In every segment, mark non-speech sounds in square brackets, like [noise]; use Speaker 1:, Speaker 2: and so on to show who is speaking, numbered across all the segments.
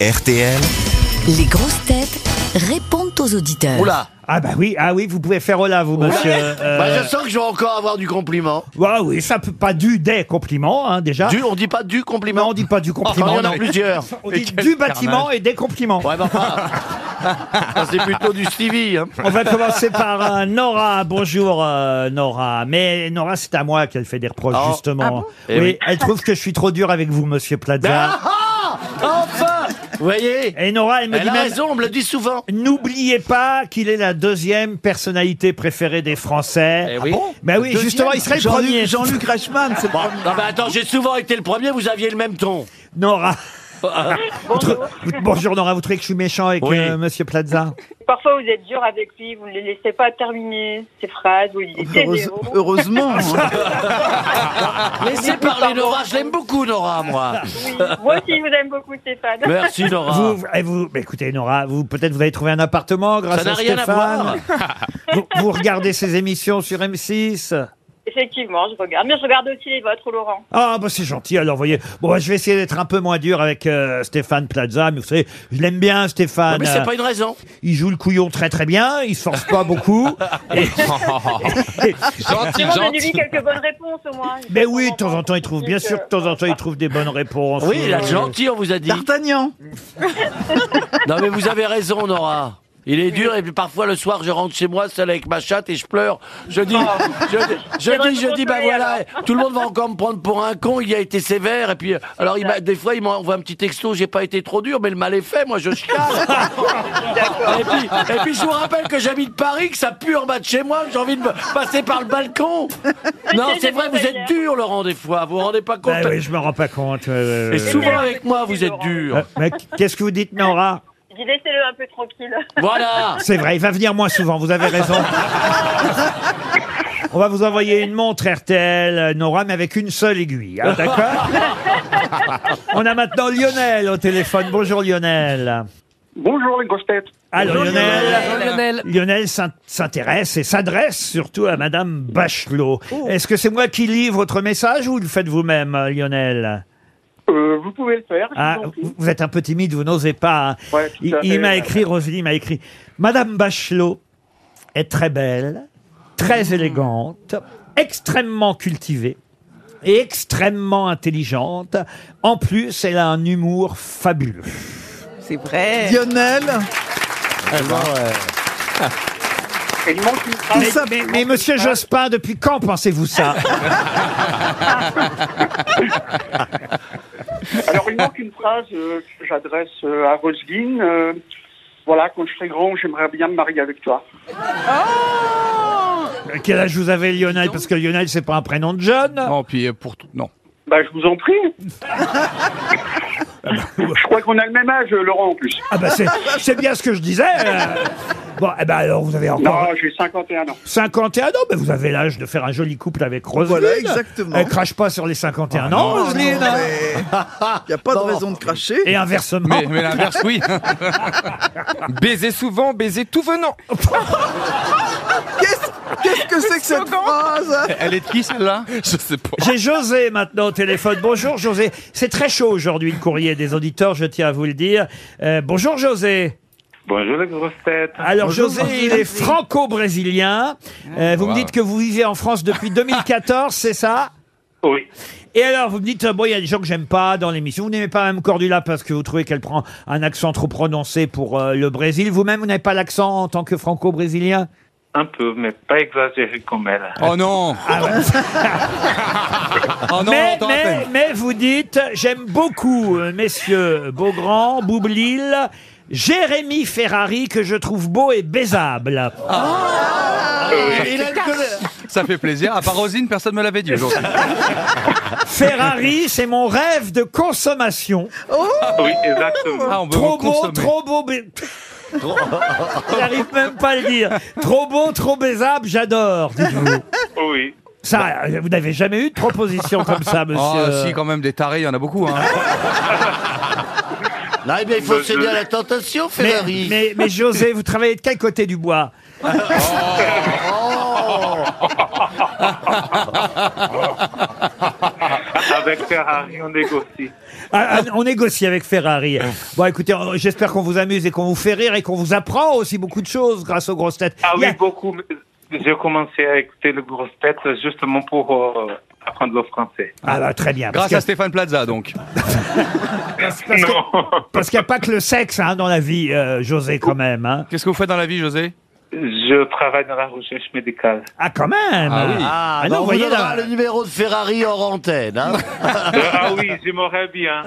Speaker 1: RTL.
Speaker 2: Les grosses têtes répondent aux auditeurs.
Speaker 3: Oula
Speaker 4: Ah bah oui, ah oui, vous pouvez faire Ola, vous, monsieur. euh,
Speaker 3: bah, Je sens que je vais encore avoir du compliment.
Speaker 4: ah oui, ça peut pas du des compliments, hein, déjà.
Speaker 3: Du, Ah. on dit pas du
Speaker 4: Non,
Speaker 3: compliment
Speaker 4: on dit pas du
Speaker 3: Enfin,
Speaker 4: compliment.
Speaker 3: il y en a
Speaker 4: non.
Speaker 3: plusieurs.
Speaker 4: On dit du bâtiment et des compliments.
Speaker 3: Ouais, bah, [laughs] pas. Ça, c'est plutôt du Stevie. Hein.
Speaker 4: On
Speaker 3: [laughs]
Speaker 4: va commencer par euh, Nora. Bonjour euh, Nora. Mais Nora, c'est à moi qu'elle fait des reproches
Speaker 3: Ah,
Speaker 4: justement.
Speaker 3: Eh
Speaker 4: oui,
Speaker 3: oui.
Speaker 4: elle trouve que je suis trop dur avec vous, Monsieur Plaza.
Speaker 3: Ah, ah Enfin Vous voyez
Speaker 4: Et Nora, elle me
Speaker 3: Elle
Speaker 4: dit
Speaker 3: a
Speaker 4: même.
Speaker 3: raison, on me le dit souvent.
Speaker 4: N'oubliez pas qu'il est la deuxième personnalité préférée des Français.
Speaker 3: Eh oui. Ah bon
Speaker 4: Ben oui, justement, il serait le premier.
Speaker 5: Jean-Luc Reichmann,
Speaker 4: [laughs]
Speaker 5: c'est
Speaker 3: Bon, non, mais attends, j'ai souvent été le premier, vous aviez le même ton.
Speaker 4: Nora. Vous trou- vous- Bonjour Nora, vous trouvez que je suis méchant avec
Speaker 3: Oui.
Speaker 4: euh, Monsieur Plaza
Speaker 6: Parfois, vous êtes dur avec lui, vous ne les laissez pas terminer ses phrases, vous lui dites des
Speaker 5: Heureuse-
Speaker 6: mots.
Speaker 5: Heureusement.
Speaker 3: Laissez parler Nora, je l'aime beaucoup, Nora, moi.
Speaker 6: Oui. Moi aussi, je vous aime beaucoup, Stéphane.
Speaker 3: Merci, Nora.
Speaker 4: Vous, vous- et vous- mais écoutez Nora, vous peut-être vous avez trouvé un appartement grâce
Speaker 3: Ça n'a
Speaker 4: à
Speaker 3: rien à
Speaker 4: Stéphane.
Speaker 3: voir.
Speaker 4: [laughs] vous, vous regardez ses émissions sur M6.
Speaker 6: Effectivement, je regarde. Mais je regarde aussi les vôtres, Laurent.
Speaker 4: Ah bah c'est gentil. Alors voyez, bon bah, je vais essayer d'être un peu moins dur avec euh, Stéphane Plaza, mais vous savez, je l'aime bien
Speaker 3: Non,
Speaker 4: Stéphane.
Speaker 3: mais
Speaker 4: Euh,
Speaker 3: c'est pas une raison.
Speaker 4: Il joue le couillon très très bien, il se force pas beaucoup.
Speaker 3: [laughs]
Speaker 4: Et- et-
Speaker 6: C'est bon, donne-lui quelques bonnes réponses, au moins.
Speaker 4: mais Ben oui, de temps en temps il trouve bien
Speaker 6: Donc, euh,
Speaker 4: sûr que de temps en temps il trouve des bonnes réponses. Euh,
Speaker 3: Oui, il a gentil, on vous a dit.
Speaker 5: D'Artagnan.
Speaker 3: Non, mais vous avez raison, Nora. Il est dur et puis parfois le soir je rentre chez moi seul avec ma chatte et je pleure. Je dis, je, je
Speaker 6: devrais
Speaker 3: dis,
Speaker 6: vous
Speaker 3: je dis, bah
Speaker 6: consoler,
Speaker 3: voilà, tout le monde va encore me prendre pour un con. Il a été sévère et puis alors il m'a- des fois il m'envoie un petit texto, j'ai pas été trop dur, mais le mal est fait, moi je chiale. et, puis, et puis je vous rappelle que j'habite Paris, que ça pue en bas de chez moi, que j'ai envie de me passer par le balcon. Non, c'est vrai, vous êtes dur, Laurent, des fois. Vous vous rendez pas compte.
Speaker 4: Ben oui, je me rends pas compte. euh,
Speaker 3: Et souvent
Speaker 6: Laurent.
Speaker 3: avec moi, vous êtes
Speaker 4: euh,
Speaker 3: dur.
Speaker 4: mais Qu'est-ce que vous dites, Nora
Speaker 6: Je dis, laissez-le un peu tranquille.
Speaker 3: Voilà.
Speaker 4: C'est vrai, il va venir moins souvent, vous avez raison. On va vous envoyer une montre RTL, euh, Nora, mais avec une seule aiguille, hein, d'accord On a maintenant Lionel au téléphone. Bonjour Lionel.
Speaker 7: Bonjour les grosses têtes.
Speaker 4: Alors Lionel, Lionel s'in- s'intéresse et s'adresse surtout à Madame Bachelot. Est-ce que c'est moi qui livre votre message ou le faites vous-même, euh, Lionel
Speaker 7: Euh, vous pouvez le faire. je
Speaker 4: Ah,
Speaker 7: vous en prie.
Speaker 4: vous vous êtes un peu timide, vous n'osez pas. hein.
Speaker 7: Ouais, tout
Speaker 4: il
Speaker 7: à
Speaker 4: il
Speaker 7: fait,
Speaker 4: m'a
Speaker 7: ouais.
Speaker 4: écrit, Roselyne m'a écrit Madame Bachelot est très belle,
Speaker 7: Mhm.
Speaker 4: très élégante, extrêmement cultivée et extrêmement intelligente. En plus, elle a un humour fabuleux.
Speaker 8: C'est vrai.
Speaker 5: Lionel.
Speaker 7: Il manque une
Speaker 4: Mais,
Speaker 7: phrase.
Speaker 4: mais- mais monsieur
Speaker 7: hein.
Speaker 4: Jospin, depuis quand pensez-vous
Speaker 7: [laughs]
Speaker 4: ça
Speaker 7: Alors il manque une phrase euh, que j'adresse euh, à Roselyne. euh, voilà, quand je serai grand, j'aimerais bien me marier avec toi.
Speaker 4: Quel âge vous avez, Lionel Parce que Lionel, c'est pas un prénom de jeune.
Speaker 7: Oh,
Speaker 9: Non, puis euh, pour tout. Non.
Speaker 7: Bah, je vous
Speaker 4: [laughs]
Speaker 7: en prie.
Speaker 4: Ah,
Speaker 7: je crois qu'on a le même âge, euh, Laurent, en plus.
Speaker 4: bah, Ah bah
Speaker 7: [laughs]
Speaker 4: c'est, c'est bien ce que je disais. euh. Bon, eh ben alors vous avez encore
Speaker 7: Non, j'ai 51 ans.
Speaker 4: 51 ans, mais vous avez l'âge de faire un joli couple avec Roselyne.
Speaker 5: Voilà, exactement. Ah
Speaker 4: Elle crache pas sur les 51 ans, Roselyne.
Speaker 5: Il n'y a pas de raison de cracher.
Speaker 4: Et inversement.
Speaker 9: Mais, mais l'inverse,
Speaker 5: [laughs]
Speaker 9: oui. baiser souvent, baiser tout venant.
Speaker 5: [laughs] Qu'est-ce qu'est-ce que c'est que cette phrase hein
Speaker 9: Elle est de qui celle-là Je sais pas.
Speaker 4: J'ai José maintenant au téléphone. Bonjour José. C'est très chaud aujourd'hui le courrier des auditeurs, je tiens à vous le dire. Euh, bonjour José.
Speaker 7: Bonjour les grosses têtes.
Speaker 4: Alors
Speaker 5: Bonjour,
Speaker 4: José,
Speaker 5: José.
Speaker 4: il est franco-brésilien. Euh, vous me
Speaker 9: Wow.
Speaker 4: dites que vous vivez en France
Speaker 5: [laughs]
Speaker 4: depuis 2014, c'est ça
Speaker 7: Oui.
Speaker 4: Et alors, vous me dites, euh, bon, il y a des gens que j'aime pas dans l'émission. Vous n'aimez pas Mme Cordula parce que vous trouvez qu'elle prend un accent trop prononcé pour euh, le Brésil. Vous-même, vous n'avez pas l'accent en tant que franco-brésilien
Speaker 7: Un peu, mais pas exagéré comme elle.
Speaker 9: Oh non
Speaker 5: Ah
Speaker 9: Oh non,
Speaker 4: mais,
Speaker 9: on l'entend à
Speaker 4: mais,
Speaker 9: peine.
Speaker 4: mais vous dites, j'aime beaucoup, euh, messieurs Beaugrand, Boublil, Jérémy Ferrari, que je trouve beau et
Speaker 9: [laughs]
Speaker 4: baisable.
Speaker 3: Il a une colère.
Speaker 9: Ça fait plaisir. À part Rosine, personne me l'avait dit aujourd'hui.
Speaker 4: Ferrari, c'est mon rêve de consommation.
Speaker 7: Ah Oui, exactement.
Speaker 9: Ah, on veut
Speaker 4: Trop
Speaker 9: vous
Speaker 4: beau,
Speaker 9: consommer.
Speaker 4: trop beau, bais- [laughs]
Speaker 3: [laughs]
Speaker 4: J'arrive même pas à le dire. Trop beau, trop baisable, j'adore. dites-vous.
Speaker 7: oh Oui.
Speaker 4: Ça, vous n'avez jamais eu de proposition comme ça, monsieur.
Speaker 9: [laughs] Oh, si, quand même, des tarés, il y en a beaucoup. Hein.
Speaker 3: Là, eh bien, il faut
Speaker 7: Bah,
Speaker 3: céder
Speaker 7: je-
Speaker 3: à la tentation,
Speaker 4: mais,
Speaker 3: Ferrari.
Speaker 4: mais, mais José, vous travaillez de quel côté du bois
Speaker 3: Oh.
Speaker 7: Ah, Avec Ferrari, on négocie.
Speaker 4: Ah, ah, on négocie avec Ferrari. Bon, écoutez, euh, j'espère qu'on vous amuse et qu'on vous fait rire et qu'on vous apprend aussi beaucoup de choses grâce aux grosses têtes.
Speaker 7: Ah
Speaker 4: Il y
Speaker 7: oui,
Speaker 4: a-
Speaker 7: beaucoup. J'ai commencé à écouter le gros tête justement pour euh, apprendre le français.
Speaker 4: Ah, bah, très bien. Parce
Speaker 9: Grâce
Speaker 4: qu'il
Speaker 9: à Stéphane Plaza, donc.
Speaker 4: parce que-
Speaker 7: Non,
Speaker 4: parce qu'il n'y a pas que le sexe hein, dans la vie, euh, José, quand même. hein.
Speaker 9: Qu'est-ce que vous faites dans la vie, José
Speaker 7: je travaille dans la recherche médicale.
Speaker 4: Ah, quand même
Speaker 9: Ah oui.
Speaker 3: Ah,
Speaker 4: Ah
Speaker 3: bah,
Speaker 4: non,
Speaker 3: on
Speaker 4: voyez
Speaker 3: vous donnera
Speaker 4: là.
Speaker 3: le numéro de Ferrari hors antenne. hein.
Speaker 7: Euh, ah oui, j'aimerais bien.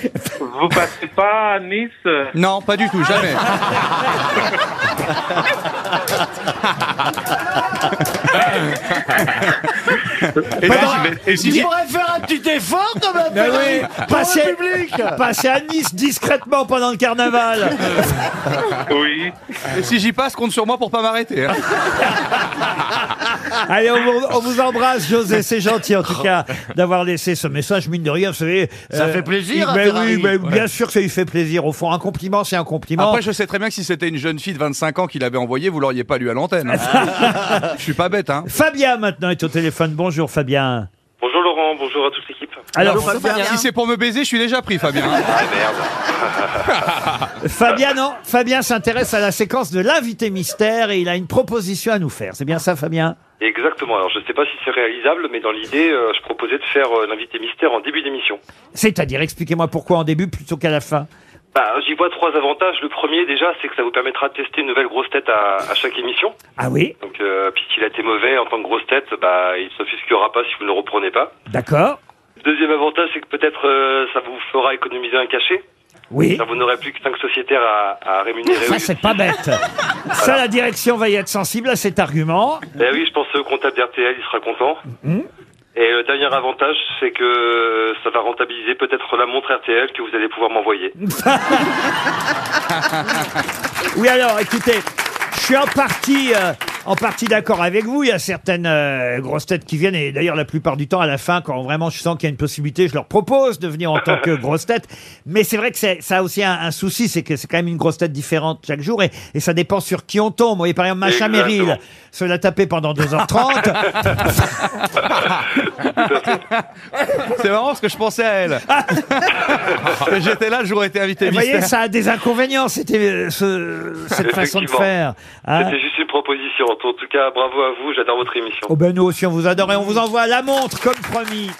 Speaker 7: Vous passez pas à Nice euh,
Speaker 9: Non, pas du tout, jamais.
Speaker 7: [laughs] Et
Speaker 4: Pas
Speaker 7: là,
Speaker 4: dans-
Speaker 7: je vais- et je
Speaker 3: Il
Speaker 7: dis-
Speaker 3: faudrait faire un petit effort quand même,
Speaker 4: Ben
Speaker 3: Ferrari,
Speaker 4: oui,
Speaker 3: pour
Speaker 4: passez,
Speaker 3: le public.
Speaker 4: passez à Nice discrètement pendant le carnaval.
Speaker 7: Oui.
Speaker 9: Et si j'y passe, compte sur moi pour pas m'arrêter. hein.
Speaker 4: Allez, on vous, on vous embrasse, José. C'est gentil, en tout cas, d'avoir laissé ce message. Mine de rien, vous savez.
Speaker 3: Ça fait plaisir,
Speaker 4: il- ben
Speaker 3: à Ferrari.
Speaker 4: oui, ben bien sûr que ça lui fait plaisir. Au fond, un compliment, c'est un compliment.
Speaker 9: Après, je sais très bien que si c'était une jeune fille de 25 ans qui l'avait envoyé, vous l'auriez pas lu à l'antenne. hein. Je suis pas bête, hein.
Speaker 4: Fabien, maintenant, est au téléphone. Bonjour, Fabien.
Speaker 7: Bonjour Laurent, bonjour à toute l'équipe.
Speaker 4: Alors,
Speaker 9: Si c'est pour me baiser, je suis déjà pris, Fabien. hein.
Speaker 4: Fabien, non. Fabien s'intéresse à la séquence de l'invité mystère et il a une proposition à nous faire. C'est bien ça, Fabien
Speaker 1: Exactement. Alors, je ne sais pas si c'est réalisable, mais dans l'idée, euh, je proposais de faire euh, l'invité mystère en début d'émission.
Speaker 4: C'est-à-dire, expliquez-moi pourquoi en début plutôt qu'à la fin.
Speaker 1: Bah, j'y vois trois avantages. Le premier, déjà, c'est que ça vous permettra de tester une nouvelle grosse tête à, à chaque émission.
Speaker 4: Ah oui
Speaker 1: Donc, euh, puis s'il a été mauvais en tant que grosse tête, bah, il s'offusquera pas si vous ne le reprenez pas.
Speaker 4: D'accord.
Speaker 1: Deuxième avantage, c'est que peut-être euh, ça vous fera économiser un cachet.
Speaker 4: Oui.
Speaker 1: Ça vous n'aurez plus que cinq sociétaires à, à rémunérer.
Speaker 4: Ça, c'est pas bête. Ça, la direction va y être sensible à cet argument.
Speaker 1: Eh oui, je pense au comptable d'RTL, il sera content.
Speaker 4: Mmh.
Speaker 1: Et le dernier avantage, c'est que euh, ça va rentabiliser peut-être la montre RTL que vous allez pouvoir m'envoyer.
Speaker 4: Oui, alors, écoutez, je suis en partie, euh, en partie d'accord avec vous. Il y a certaines euh, grosses têtes qui viennent, et d'ailleurs, la plupart du temps, à la fin, quand vraiment je sens qu'il y a une possibilité, je leur propose de venir en tant
Speaker 1: [laughs]
Speaker 4: que grosse tête. Mais c'est vrai que c'est- ça a aussi un, un souci, c'est que c'est quand même une grosse tête différente chaque jour, et, et ça dépend sur qui on tombe. Vous voyez, par exemple, Macha
Speaker 1: Exactement.
Speaker 4: Meryl, se la taper pendant
Speaker 1: [laughs]
Speaker 4: 2h30.
Speaker 9: C'est marrant parce que je pensais à
Speaker 4: [laughs]
Speaker 9: elle. J'étais là, j'aurais été invité
Speaker 4: vous voyez,
Speaker 9: mystère.
Speaker 4: ça a des inconvénients, c'était euh, ce- cette façon de
Speaker 1: Effectivement.
Speaker 4: faire. hein.
Speaker 1: C'était juste une proposition. En tout cas, bravo à vous, j'adore votre émission.
Speaker 4: Oh ben nous aussi on vous adore et on vous envoie la montre comme promis.